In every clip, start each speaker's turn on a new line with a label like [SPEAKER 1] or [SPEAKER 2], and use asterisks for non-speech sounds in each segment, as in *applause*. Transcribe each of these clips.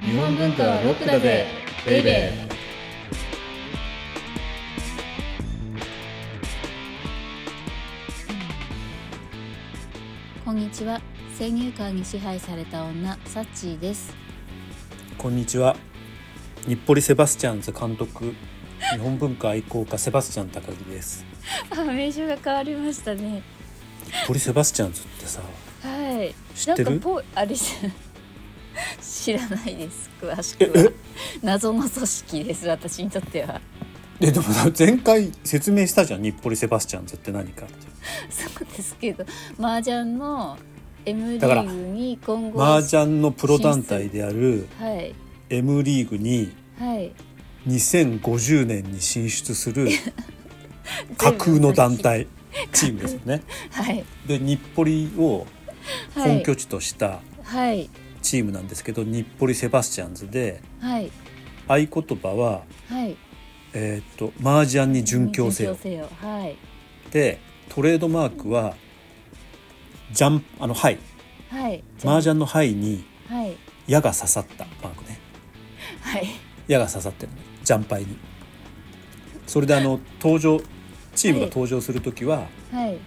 [SPEAKER 1] 日本文化はロックだぜベイベー
[SPEAKER 2] こんにちは先入観に支配された女サッチーです
[SPEAKER 3] こんにちは。日暮里セバスチャンズ監督、日本文化愛好家セバスチャン高木です。
[SPEAKER 2] あ *laughs* 名称が変わりましたね
[SPEAKER 3] 日暮里セバスチャンズってさ、
[SPEAKER 2] はい
[SPEAKER 3] 知ってる
[SPEAKER 2] なんかぽいあれじゃ知らないです詳しくは謎の組織です私にとっては *laughs*
[SPEAKER 3] えでもさ前回説明したじゃん、日暮里セバスチャンズって何かって。
[SPEAKER 2] そうですけど麻雀の M リ
[SPEAKER 3] だから
[SPEAKER 2] ーグに今後
[SPEAKER 3] 麻雀のプロ団体である
[SPEAKER 2] はい
[SPEAKER 3] M リーグに
[SPEAKER 2] はい
[SPEAKER 3] 2050年に進出する架空の団体、チームですよね。
[SPEAKER 2] はい
[SPEAKER 3] で、日暮里を
[SPEAKER 2] はい
[SPEAKER 3] 本拠地とした
[SPEAKER 2] はい
[SPEAKER 3] チームなんですけど、日暮里セバスチャンズで、
[SPEAKER 2] はい
[SPEAKER 3] 合言葉は、
[SPEAKER 2] はい
[SPEAKER 3] えーっと、麻雀に準強せよ
[SPEAKER 2] 準。強制をはい
[SPEAKER 3] でトレードマークはジャンプあのハイ
[SPEAKER 2] はい
[SPEAKER 3] 麻雀のハイに
[SPEAKER 2] はい
[SPEAKER 3] 矢が刺さったマークね
[SPEAKER 2] はい
[SPEAKER 3] 矢が刺さってるのジャンパイにそれであの登場チームが登場する時は、
[SPEAKER 2] はい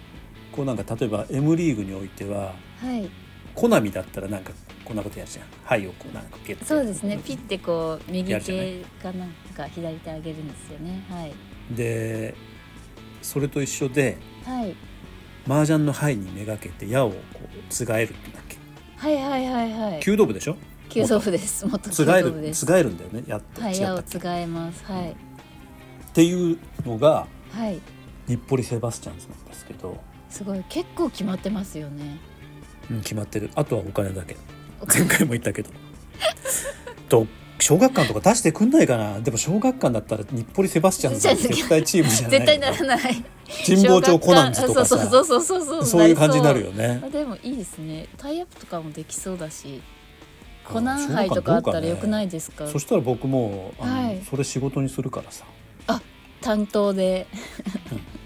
[SPEAKER 3] こうなんか例えば M リーグにおいては
[SPEAKER 2] はい
[SPEAKER 3] コナミだったらなんかこんなことやるじゃんハイをこうなんかゲット
[SPEAKER 2] そうですねピッてこう右
[SPEAKER 3] やるじゃな
[SPEAKER 2] 手かなんか左手上げるんですよねはい
[SPEAKER 3] でそれと一緒で
[SPEAKER 2] はい
[SPEAKER 3] 麻雀のハイにめがけて矢をこうつがえるってんだっけ
[SPEAKER 2] はいはいはいはい
[SPEAKER 3] 弓道部でしょ
[SPEAKER 2] 急造部です元
[SPEAKER 3] つ
[SPEAKER 2] 急
[SPEAKER 3] がえ
[SPEAKER 2] 造部
[SPEAKER 3] る
[SPEAKER 2] で
[SPEAKER 3] つ
[SPEAKER 2] す
[SPEAKER 3] がえるんだよねやって、
[SPEAKER 2] はい
[SPEAKER 3] 違
[SPEAKER 2] 矢
[SPEAKER 3] った
[SPEAKER 2] を
[SPEAKER 3] っ
[SPEAKER 2] つ
[SPEAKER 3] け
[SPEAKER 2] がえますはい
[SPEAKER 3] っていうのが
[SPEAKER 2] はい
[SPEAKER 3] 日暮里セバスチャンズなんですけど、
[SPEAKER 2] すごい結構決まってますよね
[SPEAKER 3] うん決まってるあとはお金だけ
[SPEAKER 2] お
[SPEAKER 3] 前回も言ったけど *laughs* と小学館とか出してくんないかなでも小学館だったら日暮里セバスチャンズなんて絶対チームじゃない
[SPEAKER 2] *laughs* 絶対ならない
[SPEAKER 3] 神保町コナンズとか
[SPEAKER 2] そ
[SPEAKER 3] さ
[SPEAKER 2] うそうそうそうそう
[SPEAKER 3] そういう感じになるよ
[SPEAKER 2] りそ
[SPEAKER 3] ね
[SPEAKER 2] うあでもいいですねタイアップとかもできそうだし
[SPEAKER 3] うん
[SPEAKER 2] コナン杯とかあったらよくないですか
[SPEAKER 3] そしたら僕もうあの、
[SPEAKER 2] はい
[SPEAKER 3] それ仕事にするからさ、
[SPEAKER 2] 担当で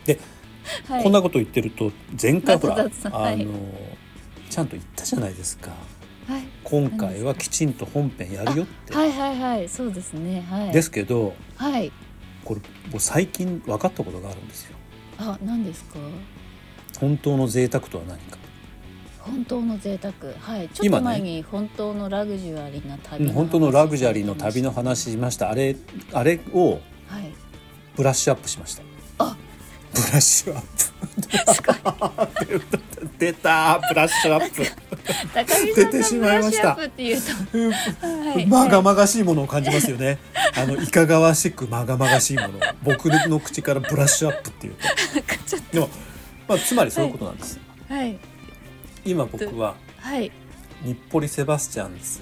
[SPEAKER 3] で、
[SPEAKER 2] *laughs* はい、
[SPEAKER 3] こんなこと言ってると前回ほら、
[SPEAKER 2] 松田さんは
[SPEAKER 3] あ
[SPEAKER 2] い
[SPEAKER 3] のちゃんと言ったじゃないですか
[SPEAKER 2] はい
[SPEAKER 3] 今回はきちんと本編やるよって、
[SPEAKER 2] はいはいはいそうですねはい
[SPEAKER 3] ですけど
[SPEAKER 2] はい
[SPEAKER 3] これもう最近分かったことがあるんですよ
[SPEAKER 2] あ何ですか
[SPEAKER 3] 本当の贅沢とは何か
[SPEAKER 2] 本当の贅沢はいちょっ
[SPEAKER 3] 今
[SPEAKER 2] と
[SPEAKER 3] ね
[SPEAKER 2] 前に本当のラグジュアリーな旅
[SPEAKER 3] うん
[SPEAKER 2] 話
[SPEAKER 3] 本当のラグジュアリーの旅の話しましたあれあれを
[SPEAKER 2] はい
[SPEAKER 3] ブラッシュアップしました
[SPEAKER 2] あ
[SPEAKER 3] ブラッシュアッ
[SPEAKER 2] すごい
[SPEAKER 3] プ *laughs* 出たブラッシュアップ
[SPEAKER 2] 高見さん
[SPEAKER 3] *laughs* 出て
[SPEAKER 2] が
[SPEAKER 3] し
[SPEAKER 2] ブ
[SPEAKER 3] まい
[SPEAKER 2] ラッ
[SPEAKER 3] ま
[SPEAKER 2] シ
[SPEAKER 3] し
[SPEAKER 2] ュア
[SPEAKER 3] た
[SPEAKER 2] ップっていうとはい
[SPEAKER 3] まがまがしいものを感じますよねあのいかがわしくまがまがしいもの僕の口からブラッシュアップっ
[SPEAKER 2] *laughs*
[SPEAKER 3] ていうとでも、まあ、つまりそういうことなんです、
[SPEAKER 2] はい
[SPEAKER 3] 今僕は
[SPEAKER 2] はい
[SPEAKER 3] 日暮里セバスチャンズ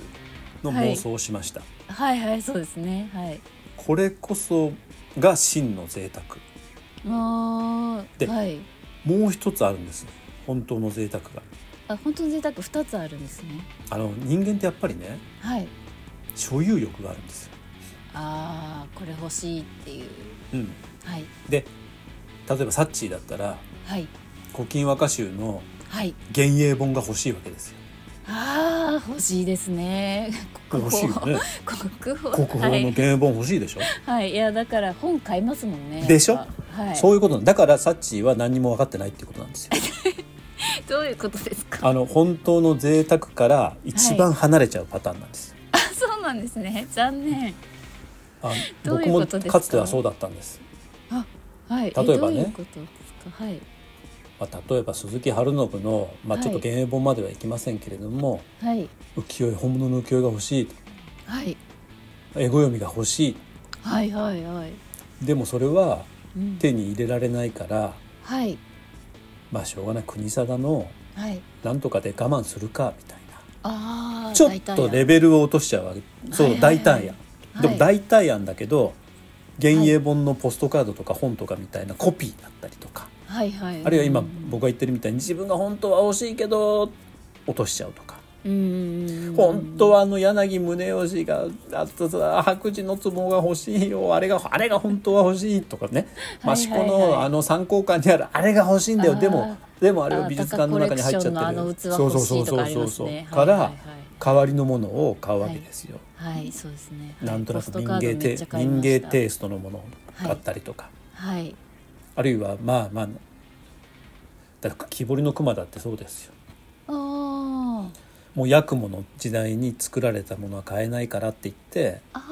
[SPEAKER 3] の妄想をしました、
[SPEAKER 2] はいはいそうですねはい
[SPEAKER 3] これこそが真の贅沢
[SPEAKER 2] もう
[SPEAKER 3] で
[SPEAKER 2] はい
[SPEAKER 3] もう一つあるんです本当の贅沢が
[SPEAKER 2] あ本当の贅沢二つあるんですね
[SPEAKER 3] あの人間ってやっぱりね
[SPEAKER 2] はい
[SPEAKER 3] 所有欲があるんですよ、
[SPEAKER 2] あーこれ欲しいっていう
[SPEAKER 3] うん、
[SPEAKER 2] はい
[SPEAKER 3] で例えばサッチーだったら
[SPEAKER 2] はい
[SPEAKER 3] 「古今和歌集」の
[SPEAKER 2] はい
[SPEAKER 3] 原影本が欲しいわけですよ
[SPEAKER 2] あー欲しいですね国
[SPEAKER 3] 欲しいよ
[SPEAKER 2] 宝
[SPEAKER 3] ね
[SPEAKER 2] 国宝
[SPEAKER 3] *laughs* 国宝
[SPEAKER 2] は
[SPEAKER 3] の
[SPEAKER 2] い、
[SPEAKER 3] 原影本欲しいでしょ、
[SPEAKER 2] はい、いやだから本買いますもんね
[SPEAKER 3] でしょ
[SPEAKER 2] やっぱはい
[SPEAKER 3] そういうことなんだからサッチーは何にも分かってないっていうことなんですよ
[SPEAKER 2] どういうことですか
[SPEAKER 3] *laughs* あの本当の贅沢から一番離れちゃうパターンなんです、
[SPEAKER 2] あそうなんですね残念
[SPEAKER 3] あ
[SPEAKER 2] どう
[SPEAKER 3] 僕
[SPEAKER 2] いうこ
[SPEAKER 3] も
[SPEAKER 2] とですか
[SPEAKER 3] かつてはそうだったんです、
[SPEAKER 2] はい
[SPEAKER 3] 例えばね
[SPEAKER 2] どういうことですかはい
[SPEAKER 3] まあ、例えば鈴木春信の、まあ、
[SPEAKER 2] はい
[SPEAKER 3] ちょっと原影本まではいきませんけれども、
[SPEAKER 2] はい
[SPEAKER 3] 浮世絵本物の浮世絵が欲しい
[SPEAKER 2] はい
[SPEAKER 3] 絵語読みが欲しい
[SPEAKER 2] はいはいはい、
[SPEAKER 3] でもそれは
[SPEAKER 2] うん
[SPEAKER 3] 手に入れられないから
[SPEAKER 2] はい
[SPEAKER 3] まあしょうがない国定の
[SPEAKER 2] はい
[SPEAKER 3] なんとかで我慢するかみたいな
[SPEAKER 2] あー
[SPEAKER 3] ちょっとレベルを落としちゃうわけそ
[SPEAKER 2] は
[SPEAKER 3] う
[SPEAKER 2] いはい
[SPEAKER 3] 大
[SPEAKER 2] はい
[SPEAKER 3] 胆や
[SPEAKER 2] はい
[SPEAKER 3] でも大胆案だけど原影本のポストカードとか本とかみたいなコピーだったりとか
[SPEAKER 2] はいはい
[SPEAKER 3] あるいは今
[SPEAKER 2] うん
[SPEAKER 3] 僕が言ってるみたいに自分が本当は欲しいけど落としちゃうとか
[SPEAKER 2] うん
[SPEAKER 3] 本当はあの柳宗悦が「あとさ白磁の壺が欲しいよあれがあれが本当は欲しい」とかね
[SPEAKER 2] はいはいはい
[SPEAKER 3] 益子のあの参考館にある「あれが欲しいんだよ」
[SPEAKER 2] あー
[SPEAKER 3] でもでもあ
[SPEAKER 2] あ
[SPEAKER 3] れは美術館の中に入っちゃってる
[SPEAKER 2] あの器欲しいとかありますね
[SPEAKER 3] か
[SPEAKER 2] はい
[SPEAKER 3] ら
[SPEAKER 2] はいはい
[SPEAKER 3] 代わりのものを買うわけですよ。
[SPEAKER 2] はい、そうですね。はい
[SPEAKER 3] なんとなく
[SPEAKER 2] ポス
[SPEAKER 3] 民
[SPEAKER 2] トカード
[SPEAKER 3] 芸
[SPEAKER 2] め
[SPEAKER 3] テ
[SPEAKER 2] っちゃ買い
[SPEAKER 3] 民
[SPEAKER 2] ま
[SPEAKER 3] 芸
[SPEAKER 2] した
[SPEAKER 3] テイストのものを買ったりとか、
[SPEAKER 2] はい。
[SPEAKER 3] あるいはまあまあだから木彫りの熊だってそうですよ。
[SPEAKER 2] あ
[SPEAKER 3] もうヤクモの時代に作られたものは買えないからって言って
[SPEAKER 2] あ、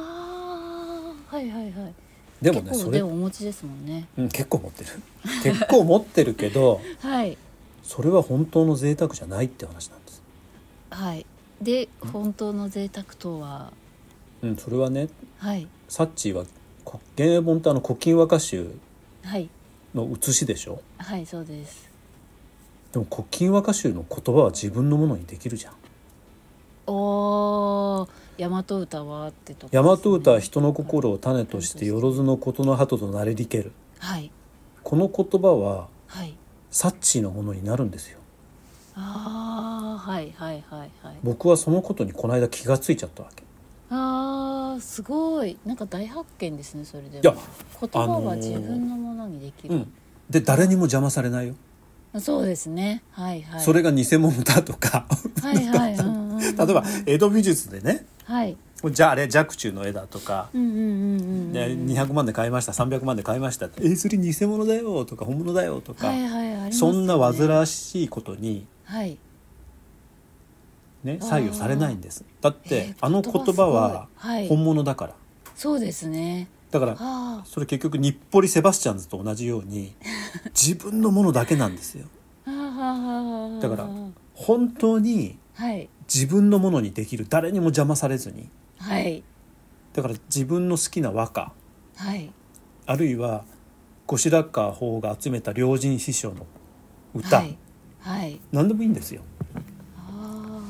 [SPEAKER 2] ああ、はいはいはい。
[SPEAKER 3] でもね
[SPEAKER 2] 結
[SPEAKER 3] そ
[SPEAKER 2] 構
[SPEAKER 3] れ
[SPEAKER 2] でもお持ちですもんね。
[SPEAKER 3] うん、結構持ってる *laughs* 結構持ってるけど
[SPEAKER 2] はい
[SPEAKER 3] それは本当の贅沢じゃないって話なんです、
[SPEAKER 2] はい。で、本当の贅沢とは、
[SPEAKER 3] うん、それはね
[SPEAKER 2] はい
[SPEAKER 3] サッチーはこ原英本ってあの「古今和歌集
[SPEAKER 2] はい」
[SPEAKER 3] の写しでしょ
[SPEAKER 2] はいそうです。
[SPEAKER 3] でも「古今和歌集」の言葉は自分のものにできるじゃん。
[SPEAKER 2] おお、大和歌はってとこです
[SPEAKER 3] 大
[SPEAKER 2] ね、
[SPEAKER 3] 和歌は人の心を種としてよろずのことの鳩となれりける
[SPEAKER 2] はい
[SPEAKER 3] この言葉は
[SPEAKER 2] はい。
[SPEAKER 3] サッチーのものになるんですよ
[SPEAKER 2] ああ、はいはいはいはい。
[SPEAKER 3] 僕はそのことにこの間気がついちゃったわけ
[SPEAKER 2] ああ、すごい。なんか大発見ですね。それでも。
[SPEAKER 3] いや
[SPEAKER 2] 言葉は自分のものにできる。
[SPEAKER 3] うんで誰にも邪魔されないよ、
[SPEAKER 2] そうですね。はいはい。
[SPEAKER 3] それが偽物だとか
[SPEAKER 2] はいはい。うんうんうん
[SPEAKER 3] *laughs* 例えば江戸美術でね
[SPEAKER 2] はい。
[SPEAKER 3] じゃああれ若冲の絵だとか、
[SPEAKER 2] うんうんうんうん。
[SPEAKER 3] で200万で買いました300万で買いましたって「えそれ偽物だよ」とか「本物だよ」とか、
[SPEAKER 2] はいはいありますよね。
[SPEAKER 3] そんな煩わしいことに、
[SPEAKER 2] はい。
[SPEAKER 3] ね、
[SPEAKER 2] あー
[SPEAKER 3] 左右されないんですだって、
[SPEAKER 2] えー
[SPEAKER 3] あの言葉は
[SPEAKER 2] すごいはい
[SPEAKER 3] 本物だから、
[SPEAKER 2] そうですね。
[SPEAKER 3] だから
[SPEAKER 2] あ
[SPEAKER 3] それ結局日暮里セバスチャンズと同じよう
[SPEAKER 2] *laughs*
[SPEAKER 3] に自分のものだけなんですよ
[SPEAKER 2] あ。はあはあはあ
[SPEAKER 3] だから本当に
[SPEAKER 2] はい
[SPEAKER 3] 自分のものにできる誰にも邪魔されずに
[SPEAKER 2] はい
[SPEAKER 3] だから自分の好きな和歌
[SPEAKER 2] はい
[SPEAKER 3] あるいは後白河法が集めた良人師匠の歌、
[SPEAKER 2] はいはい。
[SPEAKER 3] 何でもいいんですよ
[SPEAKER 2] あ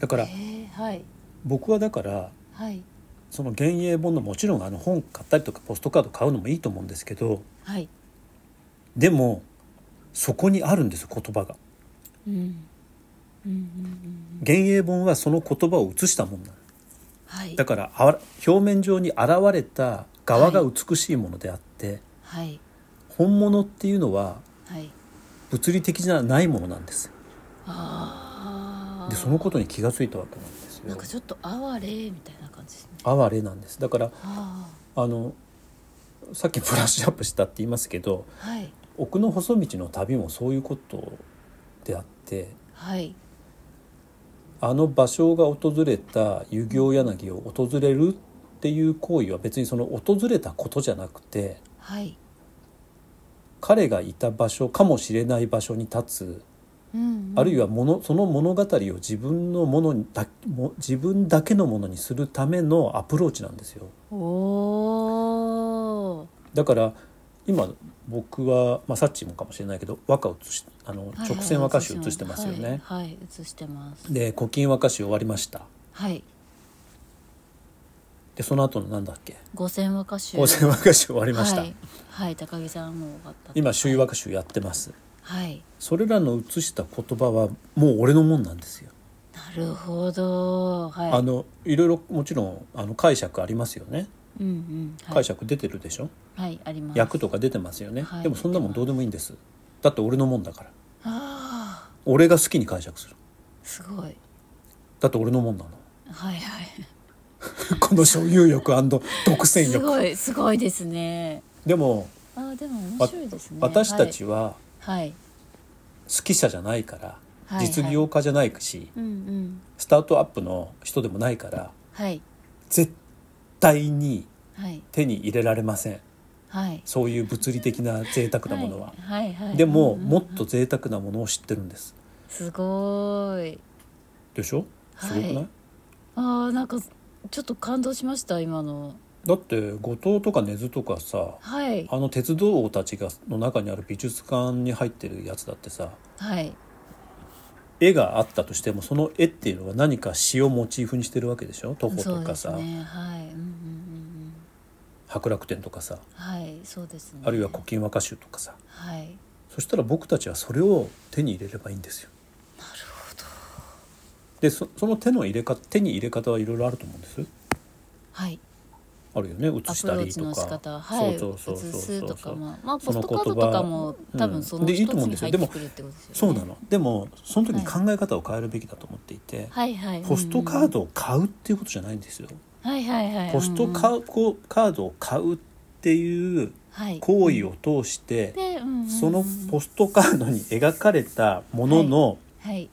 [SPEAKER 3] だか
[SPEAKER 2] あ。
[SPEAKER 3] ら
[SPEAKER 2] えーはい
[SPEAKER 3] 僕はだから
[SPEAKER 2] はい
[SPEAKER 3] その幻影本のもちろんあの本買ったりとかポストカード買うのもいいと思うんですけど
[SPEAKER 2] はい。
[SPEAKER 3] でもそこにあるんですよ言葉が
[SPEAKER 2] うんうんうんうん
[SPEAKER 3] 幻影本はその言葉を写したもんなの
[SPEAKER 2] はい
[SPEAKER 3] だからあら表面上に現れた側が美しいものであって、
[SPEAKER 2] はい
[SPEAKER 3] 本物っていうのは
[SPEAKER 2] はい。
[SPEAKER 3] 物理的じゃないものなんです
[SPEAKER 2] ああ。
[SPEAKER 3] でそのことに気が付いたわけなんです
[SPEAKER 2] なんか
[SPEAKER 3] よ
[SPEAKER 2] ちょっと哀れみたいな感じですね。
[SPEAKER 3] 哀れなんですだから
[SPEAKER 2] あ
[SPEAKER 3] あのさっきブラッシュアップしたって言いますけど
[SPEAKER 2] あはい
[SPEAKER 3] 奥の細道の旅もそういうことであって
[SPEAKER 2] はい
[SPEAKER 3] あの芭蕉が訪れた遊行柳を訪れるっていう行為は別にその訪れたことじゃなくて
[SPEAKER 2] はい。
[SPEAKER 3] 彼がいた場所かもしれない場所に立つ
[SPEAKER 2] うんうん
[SPEAKER 3] あるいはものその物語を自分のものにだも自分だけのものにするためのアプローチなんですよ。
[SPEAKER 2] おお
[SPEAKER 3] だから今僕は、まあ、サッチーもかもしれないけど和歌を写しあの直線和歌集写してますよね。
[SPEAKER 2] はい、はい、写してます
[SPEAKER 3] で「古今和歌集」終わりました。
[SPEAKER 2] はい
[SPEAKER 3] でその後のなんだっけ
[SPEAKER 2] 五千和歌集
[SPEAKER 3] 「高専和歌集」終わりました。
[SPEAKER 2] はい、はい、高木さんも分かった
[SPEAKER 3] 今「周囲和歌集」やってます。
[SPEAKER 2] はい
[SPEAKER 3] それらの写した言葉はもう俺のもんなんですよ。
[SPEAKER 2] なるほどはい
[SPEAKER 3] あのいろいろもちろんあの解釈ありますよね。
[SPEAKER 2] うんうんはい、
[SPEAKER 3] 解釈出てるでしょ。
[SPEAKER 2] はいあります
[SPEAKER 3] 役とか出てますよね、
[SPEAKER 2] はい
[SPEAKER 3] でもそんなもんどうでもいいんですだって俺のもんだから
[SPEAKER 2] ああ
[SPEAKER 3] 俺が好きに解釈する
[SPEAKER 2] すごい
[SPEAKER 3] だって俺のもんなの
[SPEAKER 2] はいはい
[SPEAKER 3] *laughs* この所有欲独占
[SPEAKER 2] す
[SPEAKER 3] 欲
[SPEAKER 2] ごいすごいですね
[SPEAKER 3] でも、
[SPEAKER 2] あーでも面
[SPEAKER 3] わ
[SPEAKER 2] 白いですね
[SPEAKER 3] 私たちは
[SPEAKER 2] はい、
[SPEAKER 3] 指揮者じゃないから、
[SPEAKER 2] はいはい
[SPEAKER 3] 実業家じゃないし、
[SPEAKER 2] うんうん
[SPEAKER 3] スタートアップの人でもないから
[SPEAKER 2] はい
[SPEAKER 3] 絶対に
[SPEAKER 2] はい
[SPEAKER 3] 手に入れられません
[SPEAKER 2] はい
[SPEAKER 3] そういう物理的な贅沢なものは、
[SPEAKER 2] はいはいはい
[SPEAKER 3] でも、
[SPEAKER 2] うんうん
[SPEAKER 3] もっと贅沢なものを知ってるんです
[SPEAKER 2] すごーい
[SPEAKER 3] でしょすごくない、
[SPEAKER 2] はいあーなんかちょっと感動しました今の
[SPEAKER 3] だって後藤とか根津とかさ
[SPEAKER 2] はい
[SPEAKER 3] あの鉄道王たちがの中にある美術館に入ってるやつだってさ
[SPEAKER 2] はい
[SPEAKER 3] 絵があったとしてもその絵っていうのが何か詩をモチーフにしてるわけでしょ徒歩
[SPEAKER 2] そ
[SPEAKER 3] と
[SPEAKER 2] う
[SPEAKER 3] か
[SPEAKER 2] です
[SPEAKER 3] さ、
[SPEAKER 2] ねはいうんうんうん
[SPEAKER 3] 博楽天とか
[SPEAKER 2] う
[SPEAKER 3] さ
[SPEAKER 2] んはいそうですね
[SPEAKER 3] あるいは古今和歌集とかさ
[SPEAKER 2] はいなる
[SPEAKER 3] そしたら僕たちはそれを手に入れればいいんですよ。
[SPEAKER 2] ほど
[SPEAKER 3] でそその手の入れか手に入れ方はいろいろあると思うんです
[SPEAKER 2] はい
[SPEAKER 3] あるよね映
[SPEAKER 2] ア
[SPEAKER 3] し
[SPEAKER 2] プ
[SPEAKER 3] た
[SPEAKER 2] ロー
[SPEAKER 3] り
[SPEAKER 2] チ
[SPEAKER 3] と
[SPEAKER 2] の仕
[SPEAKER 3] か
[SPEAKER 2] 方はい移
[SPEAKER 3] そうそうそうそう
[SPEAKER 2] す
[SPEAKER 3] そ
[SPEAKER 2] と
[SPEAKER 3] うそ
[SPEAKER 2] か
[SPEAKER 3] う
[SPEAKER 2] まあまあポ
[SPEAKER 3] そ
[SPEAKER 2] ス
[SPEAKER 3] の
[SPEAKER 2] トカー
[SPEAKER 3] 言葉
[SPEAKER 2] ドとかも
[SPEAKER 3] うん
[SPEAKER 2] 多分その
[SPEAKER 3] でい
[SPEAKER 2] 一
[SPEAKER 3] い
[SPEAKER 2] つ
[SPEAKER 3] と思う
[SPEAKER 2] に
[SPEAKER 3] んですよ
[SPEAKER 2] 入ってくるってことですよね
[SPEAKER 3] そうなのでもその時
[SPEAKER 2] はい
[SPEAKER 3] 考え方を変えるべきだと思っていて、
[SPEAKER 2] はいはい
[SPEAKER 3] ポストカード
[SPEAKER 2] うん
[SPEAKER 3] を買うっていうことじゃないんですよ、
[SPEAKER 2] はいはいはい
[SPEAKER 3] ポスト
[SPEAKER 2] ー
[SPEAKER 3] カこうカードを買うっていう
[SPEAKER 2] ド
[SPEAKER 3] 行為を通して、
[SPEAKER 2] でうんうん
[SPEAKER 3] そのポストカードに描かれたものの
[SPEAKER 2] はい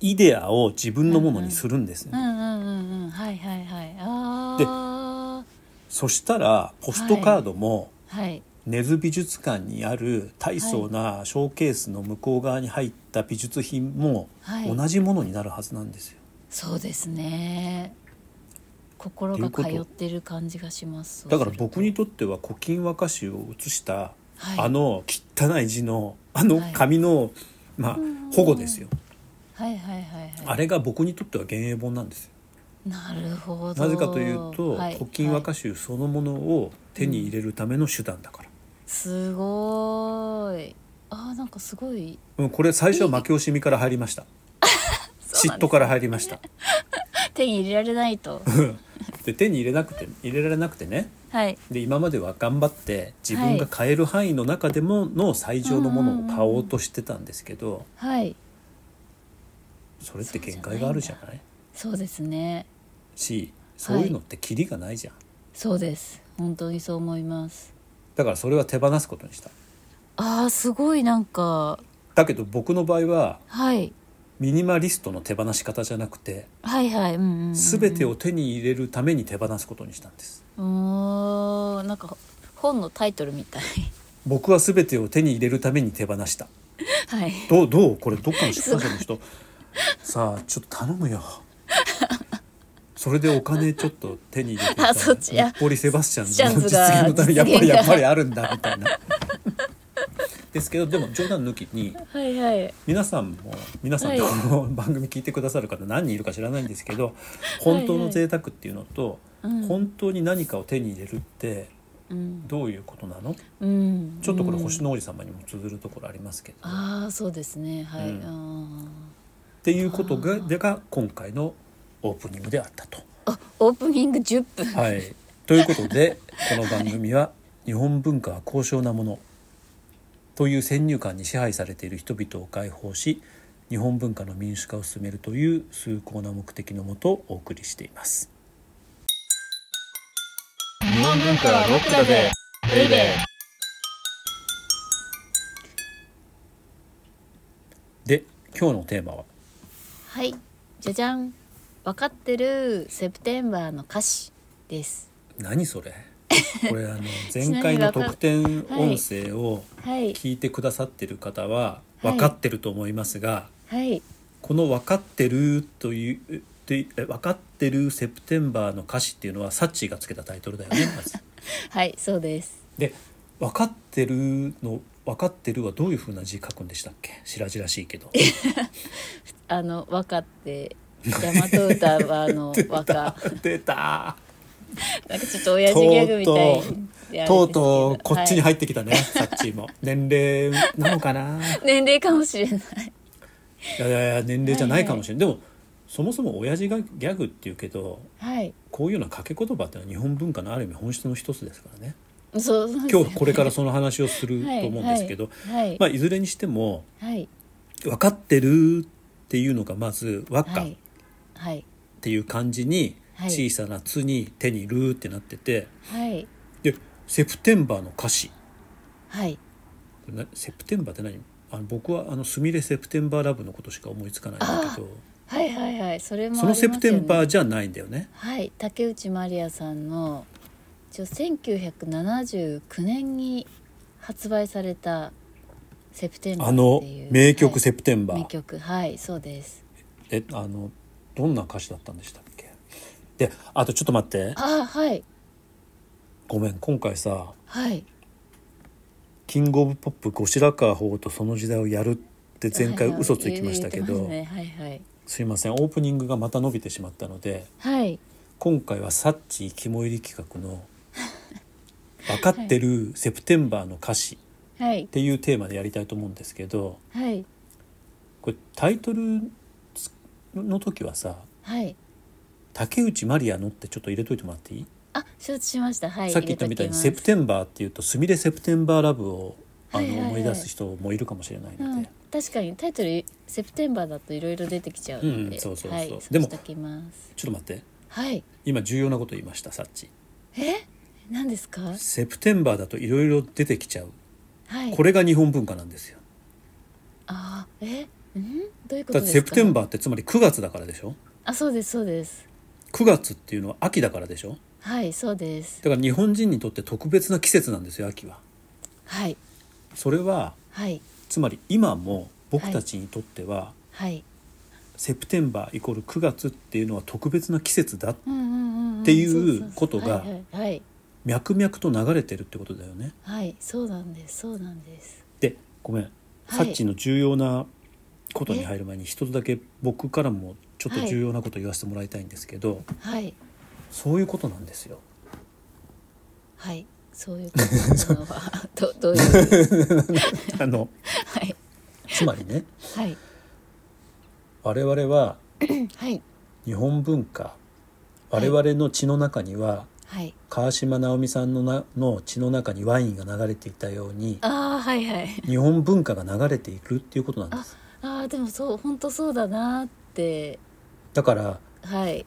[SPEAKER 3] イデアを自分のものにするんですね、
[SPEAKER 2] うんうんうんうんはいはいはいあ
[SPEAKER 3] そしたらポストカードも
[SPEAKER 2] あはい
[SPEAKER 3] 根津美術館にある大層なショーケースの向こう側に入った美術品も
[SPEAKER 2] はい
[SPEAKER 3] 同じものになるはずなんですよ。
[SPEAKER 2] そうですね心が
[SPEAKER 3] と
[SPEAKER 2] 通
[SPEAKER 3] いうこと
[SPEAKER 2] ってる感じがします
[SPEAKER 3] だから僕に
[SPEAKER 2] そう
[SPEAKER 3] とっては「古今和歌集」を写した
[SPEAKER 2] するとはい
[SPEAKER 3] あの汚い字のあの
[SPEAKER 2] はい
[SPEAKER 3] 紙のまあ
[SPEAKER 2] ん
[SPEAKER 3] 保護ですよ
[SPEAKER 2] はいはいはいはい
[SPEAKER 3] あれが僕にとっては幻影本なんですよ
[SPEAKER 2] なるほど
[SPEAKER 3] なぜかというと
[SPEAKER 2] はい
[SPEAKER 3] 古今和歌集そのものを手に入れるための手段だから
[SPEAKER 2] すごーい。あーなんかすごい。
[SPEAKER 3] うんこれ最初は負け惜しみから入り
[SPEAKER 2] *laughs*
[SPEAKER 3] ました
[SPEAKER 2] そうな
[SPEAKER 3] 嫉
[SPEAKER 2] んで
[SPEAKER 3] 妬から入りました
[SPEAKER 2] す手に入れられないと。 *laughs*
[SPEAKER 3] で手に入れなくて入れられなくてね
[SPEAKER 2] はい。
[SPEAKER 3] で今までは頑張って自分が買える範囲の中でもの最上のものを買おうとしてたんですけど、
[SPEAKER 2] はい。
[SPEAKER 3] それって限界があるじゃない
[SPEAKER 2] そうですね。
[SPEAKER 3] しそういうのってキリがないじゃん、
[SPEAKER 2] そうです。本当にそう思います。
[SPEAKER 3] だからそれは手放すことにした
[SPEAKER 2] ああすごいなんか
[SPEAKER 3] だけど僕の場合は
[SPEAKER 2] はい
[SPEAKER 3] ミニマリストの手放し方じゃなくて
[SPEAKER 2] はいはいうんうん、うん。
[SPEAKER 3] 全てを。手に入れるために手放すことにしたんです
[SPEAKER 2] うーんなんか本のタイトルみたい。 *laughs*
[SPEAKER 3] 僕は全てを手に入れるために手放した
[SPEAKER 2] はい。
[SPEAKER 3] どうどうこれどっかの出版社の人さあちょっと頼むよそれでお金ちょっと手に入れて
[SPEAKER 2] あそっちや
[SPEAKER 3] 日暮里セバスチ
[SPEAKER 2] セ
[SPEAKER 3] ャ
[SPEAKER 2] バ
[SPEAKER 3] ンの
[SPEAKER 2] ス
[SPEAKER 3] 実
[SPEAKER 2] チャ
[SPEAKER 3] 現
[SPEAKER 2] ン
[SPEAKER 3] の
[SPEAKER 2] ズが
[SPEAKER 3] ため
[SPEAKER 2] 実
[SPEAKER 3] にやっぱり
[SPEAKER 2] 現が
[SPEAKER 3] やっぱりあるんだみた
[SPEAKER 2] *laughs*
[SPEAKER 3] いなですけどでも冗談抜きに
[SPEAKER 2] はいはい。
[SPEAKER 3] 皆さんも皆さん
[SPEAKER 2] は
[SPEAKER 3] こ
[SPEAKER 2] い
[SPEAKER 3] の番組聞いてくださる方何人いるか知らないんですけど本当の贅沢っていうのと
[SPEAKER 2] うん
[SPEAKER 3] 本当に何かを手に入れるって
[SPEAKER 2] うん
[SPEAKER 3] どういうことなの
[SPEAKER 2] うん。
[SPEAKER 3] ちょっとこれ
[SPEAKER 2] うん
[SPEAKER 3] 星。の王子様にも通ずるところありますけどっ
[SPEAKER 2] ああそうですねはい。
[SPEAKER 3] うん
[SPEAKER 2] あ
[SPEAKER 3] ていうこと
[SPEAKER 2] あ
[SPEAKER 3] が
[SPEAKER 2] ー
[SPEAKER 3] でが今回のオープニングであったと。
[SPEAKER 2] ーあオープニング10分。
[SPEAKER 3] はい、ということでこの番組は日本文化は高尚なものという先入観に支配されている人々を解放し日本文化の民主化を進めるという崇高な目的のもとお送りしています。
[SPEAKER 1] 日本文化はロックだぜベイベー
[SPEAKER 3] で今日のテーマは
[SPEAKER 2] はい、じゃじゃん。わかってるセプテンバーの歌詞です。
[SPEAKER 3] 何そ
[SPEAKER 2] *laughs*
[SPEAKER 3] れこれあの
[SPEAKER 2] ち
[SPEAKER 3] 前
[SPEAKER 2] なみ
[SPEAKER 3] 回
[SPEAKER 2] に
[SPEAKER 3] の
[SPEAKER 2] わか
[SPEAKER 3] 特典音声を
[SPEAKER 2] はい、
[SPEAKER 3] 聞いてくださってる方は
[SPEAKER 2] はい
[SPEAKER 3] 分かってると思いますが、
[SPEAKER 2] はい、
[SPEAKER 3] この「分かってる」というでえ「分かってるセプテンバー」の歌詞っていうのはサッチーがつけたタイトルだよ
[SPEAKER 2] *laughs*
[SPEAKER 3] ね。まず
[SPEAKER 2] はい、そうです。
[SPEAKER 3] で「分かってる」の「分かってる」はどういうふうな字書くんでしたっけ白々しいけど
[SPEAKER 2] あの、わか
[SPEAKER 3] *laughs*
[SPEAKER 2] って。大和歌はあの、わか。
[SPEAKER 3] 出た
[SPEAKER 2] なんかちょっと親父ギャグみたいに。
[SPEAKER 3] とうとうこっちに
[SPEAKER 2] はい
[SPEAKER 3] 入ってきたね、サッチーも年齢なのかない
[SPEAKER 2] 年齢かもしれない。
[SPEAKER 3] やいやいや年齢じゃないかもしれない、でもそもそも親父がギャグっていうけど
[SPEAKER 2] はい。
[SPEAKER 3] こういうような掛け言葉ってのは日本文化のある意味本質の一つですからね
[SPEAKER 2] そう、そう
[SPEAKER 3] 今日これからその話をすると思うんですけど、
[SPEAKER 2] はい、
[SPEAKER 3] ま
[SPEAKER 2] は
[SPEAKER 3] あ、いずれにしても
[SPEAKER 2] い、
[SPEAKER 3] 「分かってる」っていうのがまず「和
[SPEAKER 2] は
[SPEAKER 3] 歌」っ
[SPEAKER 2] い、はい、
[SPEAKER 3] ていう漢字に
[SPEAKER 2] はい
[SPEAKER 3] 小さな「つ」に「手に「る」ってなってて
[SPEAKER 2] はい、
[SPEAKER 3] で「セプテンバー」の歌詞
[SPEAKER 2] はい。
[SPEAKER 3] なセプテンバーって何あの僕はあのスミレセプテンバーラブのことしか思いつかないんだけど
[SPEAKER 2] はいはいはいそれもあります
[SPEAKER 3] そ
[SPEAKER 2] よ
[SPEAKER 3] の
[SPEAKER 2] ね
[SPEAKER 3] セプテンバーじゃないんだよね。
[SPEAKER 2] はい、竹内まりやさんの一応1979年に発売された「セプテンバー」
[SPEAKER 3] あの
[SPEAKER 2] っていう
[SPEAKER 3] 名曲「
[SPEAKER 2] はい
[SPEAKER 3] セプテンバー」
[SPEAKER 2] 名曲はいそうです
[SPEAKER 3] えあのどんな歌詞だったんでしたっけであとちょっと待って
[SPEAKER 2] あはい
[SPEAKER 3] ごめん今回さ
[SPEAKER 2] はい
[SPEAKER 3] キングオブポップ後白河法皇とその時代をやるって前
[SPEAKER 2] は
[SPEAKER 3] 回
[SPEAKER 2] いはい
[SPEAKER 3] 嘘ついてましたけど、
[SPEAKER 2] 言えてますねはい
[SPEAKER 3] すいませんオープニングがまた伸びてしまったので
[SPEAKER 2] はいはい
[SPEAKER 3] 今回はサッチー肝入り企画の「分かって
[SPEAKER 2] *laughs*
[SPEAKER 3] るセプテンバーの歌詞」
[SPEAKER 2] はい
[SPEAKER 3] っていうテーマでやりたいと思うんですけど
[SPEAKER 2] はい
[SPEAKER 3] これタイトルの時はさ
[SPEAKER 2] はい
[SPEAKER 3] 竹内まりやのってちょっと入れといてもらっていい、
[SPEAKER 2] あ承知しましたはい
[SPEAKER 3] さっき言ったみたいに「セプ
[SPEAKER 2] ン
[SPEAKER 3] テンバー」っていうと「すみれセプテンバーラブを」あ
[SPEAKER 2] はいはい
[SPEAKER 3] の
[SPEAKER 2] はい
[SPEAKER 3] 思い出す人もいるかもしれないので、
[SPEAKER 2] うん、確かにタイトル「セプテンバー」だといろいろ出てきちゃうので、
[SPEAKER 3] うんそうそうそう
[SPEAKER 2] はい、
[SPEAKER 3] で
[SPEAKER 2] で
[SPEAKER 3] も
[SPEAKER 2] もきます
[SPEAKER 3] ちょっと待って
[SPEAKER 2] はい
[SPEAKER 3] 今重要なこと言いましたさっち
[SPEAKER 2] え何ですか
[SPEAKER 3] セプテンバーだといろいろ出てきちゃう
[SPEAKER 2] はい
[SPEAKER 3] これが日本文化なんですよ
[SPEAKER 2] あーえうんどういうことで
[SPEAKER 3] だって
[SPEAKER 2] すか
[SPEAKER 3] セプテンバーってつまり9月だからでしょ
[SPEAKER 2] あそうですそうです
[SPEAKER 3] 9月っていうのは秋だからでしょ
[SPEAKER 2] はいそうです
[SPEAKER 3] だから日本人にとって特別な季節なんですよ秋は
[SPEAKER 2] はい
[SPEAKER 3] それは
[SPEAKER 2] はい
[SPEAKER 3] つまり今も僕たちにとっては、
[SPEAKER 2] はい
[SPEAKER 3] セプテンバーイコール9月っていうのは特別な季節だ
[SPEAKER 2] うんうんうんん
[SPEAKER 3] っていう
[SPEAKER 2] そうそうそう
[SPEAKER 3] ことが
[SPEAKER 2] はいはいはい、
[SPEAKER 3] 脈々と流れてるってことだよね
[SPEAKER 2] はいそうなんですそうなんです
[SPEAKER 3] でごめん、
[SPEAKER 2] い
[SPEAKER 3] さっちの重要なことに入る前に一つだけ僕からもちょっと重要なこと言わせてもらいたいんですけど、
[SPEAKER 2] はい
[SPEAKER 3] そういうことな
[SPEAKER 2] *laughs*
[SPEAKER 3] んですよ
[SPEAKER 2] はいそういうことなの
[SPEAKER 3] *laughs*
[SPEAKER 2] はどどういう
[SPEAKER 3] あの
[SPEAKER 2] はい
[SPEAKER 3] つまりね
[SPEAKER 2] はい
[SPEAKER 3] 我々は
[SPEAKER 2] はい
[SPEAKER 3] 日本文化
[SPEAKER 2] は
[SPEAKER 3] 我
[SPEAKER 2] い
[SPEAKER 3] 々の血の中には、
[SPEAKER 2] はい
[SPEAKER 3] 川島直美さんのなの血の中にワインが流れていたように
[SPEAKER 2] ああはいはい
[SPEAKER 3] 日本文化が流れているっていうことなんで
[SPEAKER 2] あ
[SPEAKER 3] す
[SPEAKER 2] あーでもそう本当そうだなーって
[SPEAKER 3] だから
[SPEAKER 2] はい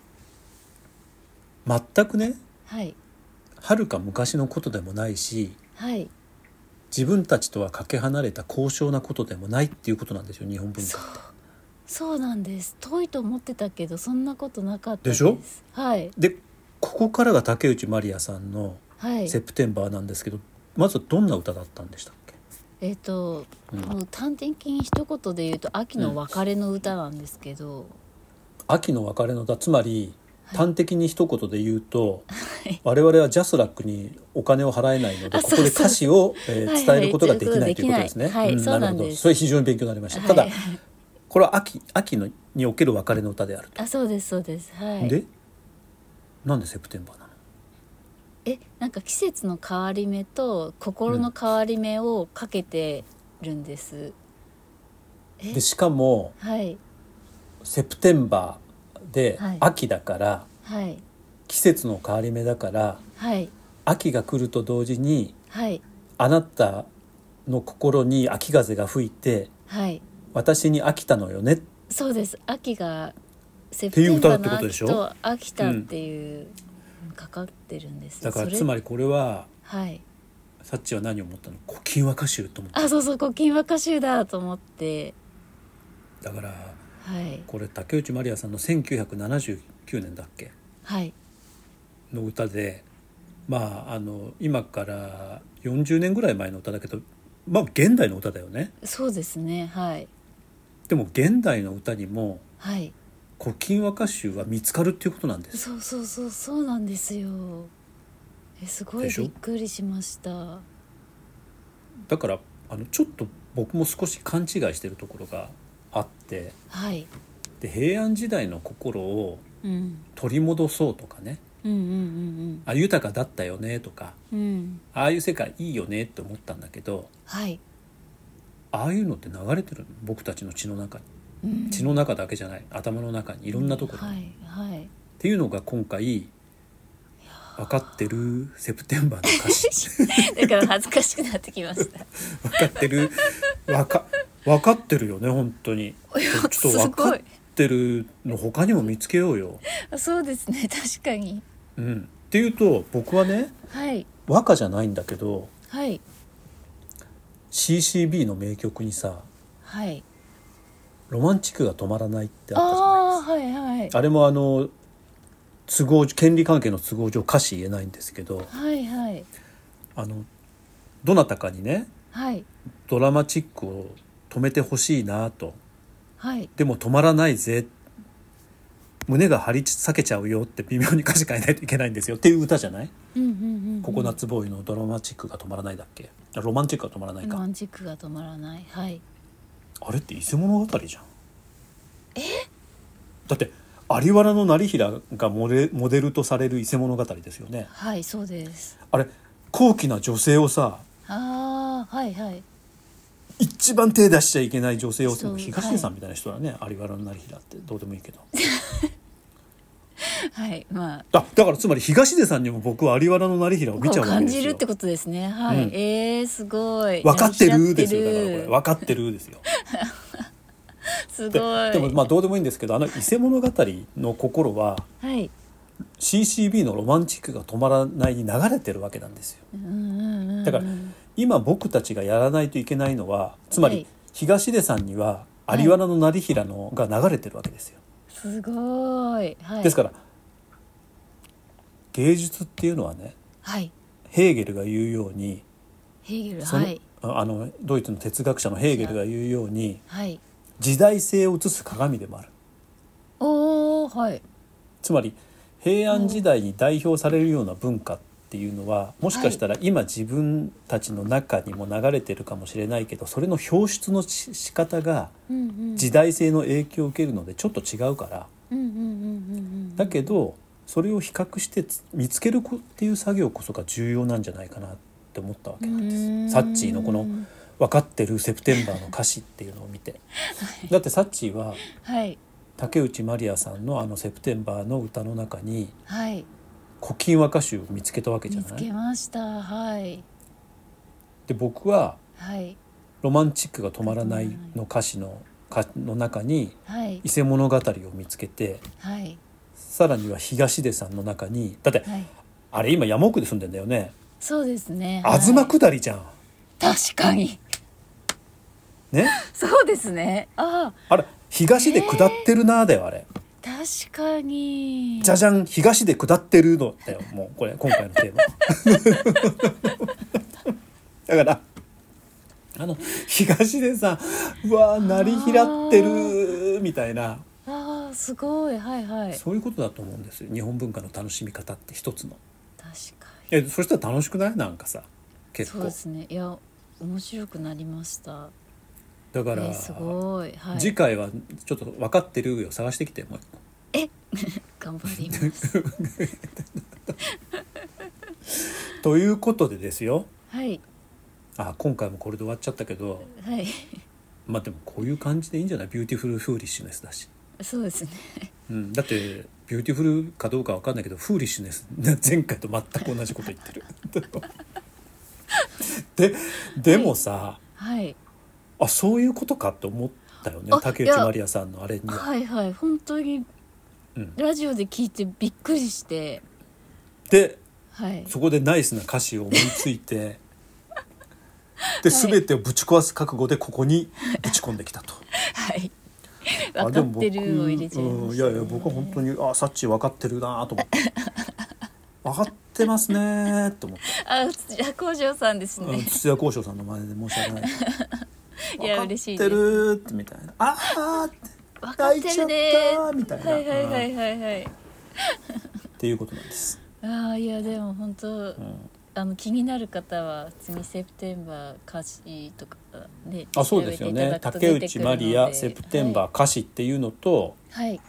[SPEAKER 3] 全くね
[SPEAKER 2] はい
[SPEAKER 3] はるか昔のことでもないし
[SPEAKER 2] はい
[SPEAKER 3] 自分たちとはかけ離れた高尚なことでもないっていうことなんですよ日本文
[SPEAKER 2] そう
[SPEAKER 3] 化
[SPEAKER 2] そうなんです遠いと思ってたけどそんなことなかったです
[SPEAKER 3] でしょ
[SPEAKER 2] はい
[SPEAKER 3] でここからが竹内まりやさんの
[SPEAKER 2] は
[SPEAKER 3] 「
[SPEAKER 2] い
[SPEAKER 3] セプテンバー」なんですけどまずはどんな歌だったんでしたっけ
[SPEAKER 2] えっ、と、
[SPEAKER 3] うん
[SPEAKER 2] もう端的に一言で言うと秋の別れの歌なんですけど、
[SPEAKER 3] 秋の別れの歌つまり
[SPEAKER 2] い
[SPEAKER 3] 端的に一言で言うと、我々はジャスラックにお金を払えないので
[SPEAKER 2] あ
[SPEAKER 3] こ
[SPEAKER 2] そうそ
[SPEAKER 3] こ
[SPEAKER 2] う
[SPEAKER 3] で歌詞を、えー
[SPEAKER 2] はいはい
[SPEAKER 3] 伝えることができない
[SPEAKER 2] と
[SPEAKER 3] とい
[SPEAKER 2] いううこ
[SPEAKER 3] こ
[SPEAKER 2] とと
[SPEAKER 3] です
[SPEAKER 2] で
[SPEAKER 3] ね。
[SPEAKER 2] できないはいそう
[SPEAKER 3] な
[SPEAKER 2] な
[SPEAKER 3] る
[SPEAKER 2] ん
[SPEAKER 3] ほど
[SPEAKER 2] です
[SPEAKER 3] それ非常に勉強になりました。
[SPEAKER 2] はい
[SPEAKER 3] ただこれは秋秋のにおける別れの歌であると。
[SPEAKER 2] あそうですそうですはい
[SPEAKER 3] でなんでセプテンバーなの
[SPEAKER 2] えなんか季節の変わり目と心の変わり目をかけてるんです、え
[SPEAKER 3] でしかも
[SPEAKER 2] はい
[SPEAKER 3] セプテンバーで
[SPEAKER 2] はい
[SPEAKER 3] 秋だから、
[SPEAKER 2] はい
[SPEAKER 3] 季節の変わり目だから
[SPEAKER 2] はい
[SPEAKER 3] 秋が来ると同時に
[SPEAKER 2] はい
[SPEAKER 3] あなたの心に秋風が吹いて
[SPEAKER 2] はい
[SPEAKER 3] 私に飽きたのよねっ
[SPEAKER 2] そうです秋がセプ
[SPEAKER 3] てい
[SPEAKER 2] テ
[SPEAKER 3] う
[SPEAKER 2] ン
[SPEAKER 3] 歌
[SPEAKER 2] バー
[SPEAKER 3] ってこ
[SPEAKER 2] の
[SPEAKER 3] とでし
[SPEAKER 2] 秋
[SPEAKER 3] ょ
[SPEAKER 2] と秋田っていう、かかってるんです
[SPEAKER 3] だから
[SPEAKER 2] それ
[SPEAKER 3] つまりこれは
[SPEAKER 2] はい
[SPEAKER 3] サッチは何を思ったの「古今和歌集」と思った
[SPEAKER 2] あそうそう「古今和歌集」だと思って
[SPEAKER 3] だから
[SPEAKER 2] はい
[SPEAKER 3] これ竹内まりやさんの1979年だっけ
[SPEAKER 2] はい
[SPEAKER 3] の歌でまああの今から40年ぐらい前の歌だけどまあ現代の歌だよね
[SPEAKER 2] そうですねはい
[SPEAKER 3] でも現代の歌にも
[SPEAKER 2] はい
[SPEAKER 3] 「古今和歌集」は見つかるっていうことなんです
[SPEAKER 2] そうそうそうそうなんですよえすご
[SPEAKER 3] で
[SPEAKER 2] い
[SPEAKER 3] しょ
[SPEAKER 2] びっくりしました
[SPEAKER 3] だからあのちょっと僕も少し勘違いしてるところがあって
[SPEAKER 2] はい、
[SPEAKER 3] で平安時代の心を
[SPEAKER 2] うん、
[SPEAKER 3] 取り戻そうとかね
[SPEAKER 2] うんうん
[SPEAKER 3] あ豊かだったよねとか
[SPEAKER 2] うんうんうん
[SPEAKER 3] ああいう世界いいよねって思ったんだけど
[SPEAKER 2] はい、
[SPEAKER 3] ああいうのって流れてるの僕たちの血の中に
[SPEAKER 2] うん、
[SPEAKER 3] 血の中だけじゃない頭の中にいろんなところに、
[SPEAKER 2] は
[SPEAKER 3] っ
[SPEAKER 2] い *laughs* はい
[SPEAKER 3] ていうのが今回分かってるセプテンバーの歌詞
[SPEAKER 2] だから恥ずかしくなってきました
[SPEAKER 3] 分かってる分か分かってるよね本当にちょっと分かってるの他にも見つけようよ。
[SPEAKER 2] あ *laughs* そうですね確かに
[SPEAKER 3] うん、っていうと僕はね
[SPEAKER 2] はい
[SPEAKER 3] 和歌じゃないんだけど
[SPEAKER 2] はい
[SPEAKER 3] CCB の名曲にさ
[SPEAKER 2] はい
[SPEAKER 3] 「ロマンチックが止まらない」ってあったじゃないですか
[SPEAKER 2] ああーはいはい
[SPEAKER 3] あれもあの都合権利関係の都合上歌詞言えないんですけど
[SPEAKER 2] はいはい
[SPEAKER 3] あのどなたかにね
[SPEAKER 2] はい
[SPEAKER 3] ドラマチックを止めてほしいなと
[SPEAKER 2] はい
[SPEAKER 3] でも止まらないぜ胸が張り裂けちゃうよって微妙に歌詞変えないといけないんですよっていう歌じゃない、
[SPEAKER 2] うんうんうんうん
[SPEAKER 3] ココナッツボーイの「ドラマチックが止まらない」だっけあロマンチックが止まらない
[SPEAKER 2] ロ
[SPEAKER 3] か、
[SPEAKER 2] マンチックが止まらないはい
[SPEAKER 3] あれって伊勢物語じゃんだって有原の成平がモデモデルとされる伊勢物語ですよね
[SPEAKER 2] はいそうです
[SPEAKER 3] あれ高貴な女性をさ
[SPEAKER 2] ああはいはい
[SPEAKER 3] 一番手出しちゃいけない女性をでも
[SPEAKER 2] そう
[SPEAKER 3] 東出さんみたいな人はね、有原のなりひらってどうでもいいけど
[SPEAKER 2] はいまあ
[SPEAKER 3] あだからつまり東出さんにも僕は有原のなりひらを見ちゃうわけ
[SPEAKER 2] 感
[SPEAKER 3] です
[SPEAKER 2] じるっ
[SPEAKER 3] よ
[SPEAKER 2] てことですねはい、
[SPEAKER 3] うん
[SPEAKER 2] えー、すごい
[SPEAKER 3] 分かってるですよだからこれ
[SPEAKER 2] よ
[SPEAKER 3] 分かってるですよ
[SPEAKER 2] す
[SPEAKER 3] で
[SPEAKER 2] ごい
[SPEAKER 3] でもまあどうでもいいんですけどあの「伊勢物語」の心は
[SPEAKER 2] はい、
[SPEAKER 3] CCB のロマンチックが止まらないに流れてるわけなんですよ
[SPEAKER 2] うんうんうんうん、
[SPEAKER 3] だから今僕たちがやらないといけないのはつま
[SPEAKER 2] は
[SPEAKER 3] り
[SPEAKER 2] い
[SPEAKER 3] 東出さんには
[SPEAKER 2] はい
[SPEAKER 3] 有原の成平のが流れてるわけですよ。
[SPEAKER 2] すごい、はい、
[SPEAKER 3] ですから芸術っていうのはね
[SPEAKER 2] はい
[SPEAKER 3] ヘーゲルが言うように
[SPEAKER 2] ヘーゲル
[SPEAKER 3] その,、
[SPEAKER 2] はい
[SPEAKER 3] あのドイツの哲学者のヘーゲルが言うように
[SPEAKER 2] はい
[SPEAKER 3] 時代性を映す鏡でもある。
[SPEAKER 2] おおはい
[SPEAKER 3] つまり平安時代に代表されるような文化っていうのはもしかしたら今自分たちの中にも流れてるかもしれないけどそれの表出のし仕方が
[SPEAKER 2] うんうん
[SPEAKER 3] 時代性の影響を受けるのでちょっと違うから
[SPEAKER 2] うんうんうんうんうん
[SPEAKER 3] だけどそれを比較してつ見つけるこっていう作業こそが重要なんじゃないかなって思ったわけなんで
[SPEAKER 2] うーん
[SPEAKER 3] すサッチーのこの「分かってるセプテンバー」の歌詞っていうのを見てだってサッチーは
[SPEAKER 2] はい
[SPEAKER 3] 竹内まりやさんのあの「セプテンバー」の歌の中に
[SPEAKER 2] はい
[SPEAKER 3] 古今和歌集を見つけたわけじゃ
[SPEAKER 2] 見つ
[SPEAKER 3] な
[SPEAKER 2] け
[SPEAKER 3] い
[SPEAKER 2] ましたはい
[SPEAKER 3] で僕は
[SPEAKER 2] はい
[SPEAKER 3] 「ロマンチックが止まらない」の歌詞のかの中に
[SPEAKER 2] はい
[SPEAKER 3] 「伊勢物語」を見つけて
[SPEAKER 2] はい
[SPEAKER 3] さらには東出さんの中にだって
[SPEAKER 2] はい
[SPEAKER 3] あれ今山奥で住んでんだよね
[SPEAKER 2] そうですねはい
[SPEAKER 3] 東下りじゃん
[SPEAKER 2] 確かに
[SPEAKER 3] ね
[SPEAKER 2] そうですねあ
[SPEAKER 3] あれ東で下ってるなーだよあれ
[SPEAKER 2] ー確かに
[SPEAKER 3] じゃじゃん東で下ってるのだよもうこれ今回のテーマ
[SPEAKER 2] *laughs*
[SPEAKER 3] だからあの東出さんうわー成り平ってるーみたいな
[SPEAKER 2] あーすごいはいはい確
[SPEAKER 3] そういうことだと思うんですよ日本文化の楽しみ方って一つの
[SPEAKER 2] か
[SPEAKER 3] いやそしたら楽しくないなんかさ
[SPEAKER 2] に
[SPEAKER 3] 結
[SPEAKER 2] そう
[SPEAKER 3] 構
[SPEAKER 2] ですねいや面白くなりました
[SPEAKER 3] だから、
[SPEAKER 2] えーすごいは
[SPEAKER 3] 次
[SPEAKER 2] い
[SPEAKER 3] 回はちょっと分かってるよ探してきてもう一個
[SPEAKER 2] 頑張ります
[SPEAKER 3] *laughs* ということでですよ
[SPEAKER 2] はい
[SPEAKER 3] あ今回もこれで終わっちゃったけど
[SPEAKER 2] はい
[SPEAKER 3] まあでもこういう感じでいいんじゃないビューティフルフーリッシュネスだし、
[SPEAKER 2] そうですね
[SPEAKER 3] うん、だってビューティフルかどうかわかんないけどフーリッシュネス前回と全く同じこと言ってる *laughs* ででもさ、
[SPEAKER 2] はい
[SPEAKER 3] あそういうことかって思ったよね
[SPEAKER 2] あ
[SPEAKER 3] 竹
[SPEAKER 2] い
[SPEAKER 3] 内
[SPEAKER 2] や
[SPEAKER 3] まりやさんのあれには。
[SPEAKER 2] はいはい本当に
[SPEAKER 3] うん
[SPEAKER 2] ラジオで聞いてびっくりして
[SPEAKER 3] で
[SPEAKER 2] はい
[SPEAKER 3] そこでナイスな歌詞を思いつ
[SPEAKER 2] *laughs*
[SPEAKER 3] いて
[SPEAKER 2] は
[SPEAKER 3] で
[SPEAKER 2] い
[SPEAKER 3] 全てをぶち壊す覚悟でここにぶち込んできたと。
[SPEAKER 2] はい分
[SPEAKER 3] あ
[SPEAKER 2] か
[SPEAKER 3] でも
[SPEAKER 2] っ
[SPEAKER 3] 僕
[SPEAKER 2] てるを入れちゃいました、
[SPEAKER 3] うんいやいや僕は本当にあサッチー分かってるなと思って
[SPEAKER 2] *laughs*
[SPEAKER 3] 分かってますねーと思って
[SPEAKER 2] あ土屋幸丈さんです
[SPEAKER 3] うん
[SPEAKER 2] ね
[SPEAKER 3] 土屋交渉さんの前で申し訳ない
[SPEAKER 2] *laughs* いや
[SPEAKER 3] 分
[SPEAKER 2] 嬉しい
[SPEAKER 3] か
[SPEAKER 2] で
[SPEAKER 3] って
[SPEAKER 2] す
[SPEAKER 3] るーってみたいなああって
[SPEAKER 2] 分かってるね
[SPEAKER 3] 泣いちゃったみたいな
[SPEAKER 2] はいはいはいはいはい
[SPEAKER 3] っていうことなんです、
[SPEAKER 2] ああいやでも本当
[SPEAKER 3] うん、
[SPEAKER 2] あの気になる方は普通にセプテンバー歌詞とかね
[SPEAKER 3] あそうですよね
[SPEAKER 2] 調べて
[SPEAKER 3] 竹
[SPEAKER 2] いただくと出て
[SPEAKER 3] 内
[SPEAKER 2] くる
[SPEAKER 3] ま
[SPEAKER 2] ので
[SPEAKER 3] りやセプテンバー歌詞っていうのと、
[SPEAKER 2] はい、はい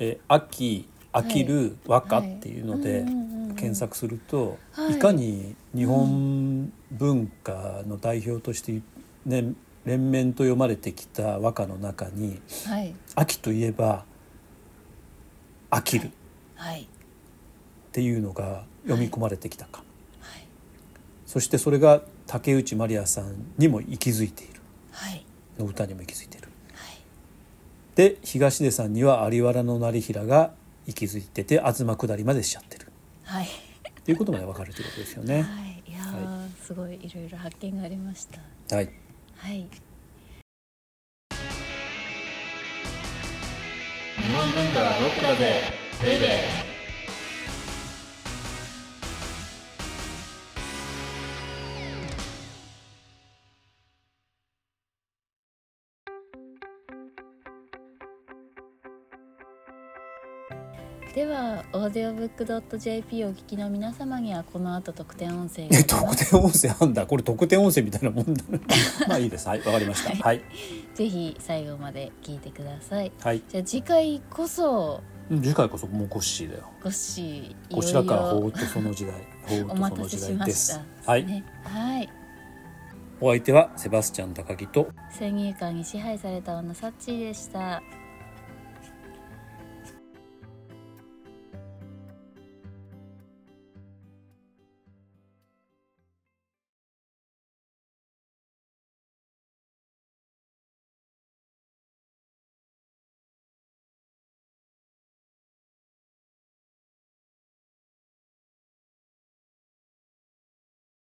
[SPEAKER 3] えー秋飽きる和歌っていうの
[SPEAKER 2] はい
[SPEAKER 3] で
[SPEAKER 2] うんうんうんうん
[SPEAKER 3] 検索すると、
[SPEAKER 2] はい
[SPEAKER 3] い、かに日本文化の代表として、ね、連綿と読まれてきた和歌の中に
[SPEAKER 2] はい
[SPEAKER 3] 秋といえば飽きるっ
[SPEAKER 2] はい
[SPEAKER 3] ていうのが読み込まれてきたか、
[SPEAKER 2] はい
[SPEAKER 3] そしてそれが竹内まりやさんにも息づいている
[SPEAKER 2] はい
[SPEAKER 3] の歌にも息づいている。
[SPEAKER 2] はい
[SPEAKER 3] で東出さんには有原の成平が息づいてて東下りまでしちゃってる
[SPEAKER 2] はい、
[SPEAKER 3] っていうことまでわかるということですよ
[SPEAKER 2] は
[SPEAKER 3] ね。
[SPEAKER 2] い、いやー、すごいいろいろ発見がありました。
[SPEAKER 3] はい、
[SPEAKER 2] はい、
[SPEAKER 1] 日本文化はロックだぜベイベー
[SPEAKER 2] ではオーディオブックドット JP をお聞きの皆様にはこの後特典音声があ
[SPEAKER 3] *laughs*
[SPEAKER 2] り
[SPEAKER 3] え
[SPEAKER 2] ま
[SPEAKER 3] 特
[SPEAKER 2] す。
[SPEAKER 3] 典音声あんだこれ特典音声みたいなもんだね
[SPEAKER 2] *laughs*
[SPEAKER 3] まあいいですはいわかりましたはい
[SPEAKER 2] ぜひ最後まで聞いてください。
[SPEAKER 3] はい
[SPEAKER 2] じゃあ次回こそ
[SPEAKER 3] うん次回こそもうコッシーだよ
[SPEAKER 2] ごっしー
[SPEAKER 3] こ
[SPEAKER 2] い
[SPEAKER 3] ち
[SPEAKER 2] ろ
[SPEAKER 3] ら
[SPEAKER 2] い
[SPEAKER 3] から法
[SPEAKER 2] ろ
[SPEAKER 3] とその時代法
[SPEAKER 2] お
[SPEAKER 3] とそ
[SPEAKER 2] 待
[SPEAKER 3] の
[SPEAKER 2] たせ
[SPEAKER 3] 時
[SPEAKER 2] し
[SPEAKER 3] 代
[SPEAKER 2] ま
[SPEAKER 3] で
[SPEAKER 2] し
[SPEAKER 3] す
[SPEAKER 2] た。
[SPEAKER 3] はい
[SPEAKER 2] ねはい
[SPEAKER 3] お相手はセバスチャン高木と
[SPEAKER 2] 先入観に支配された女サッチーでした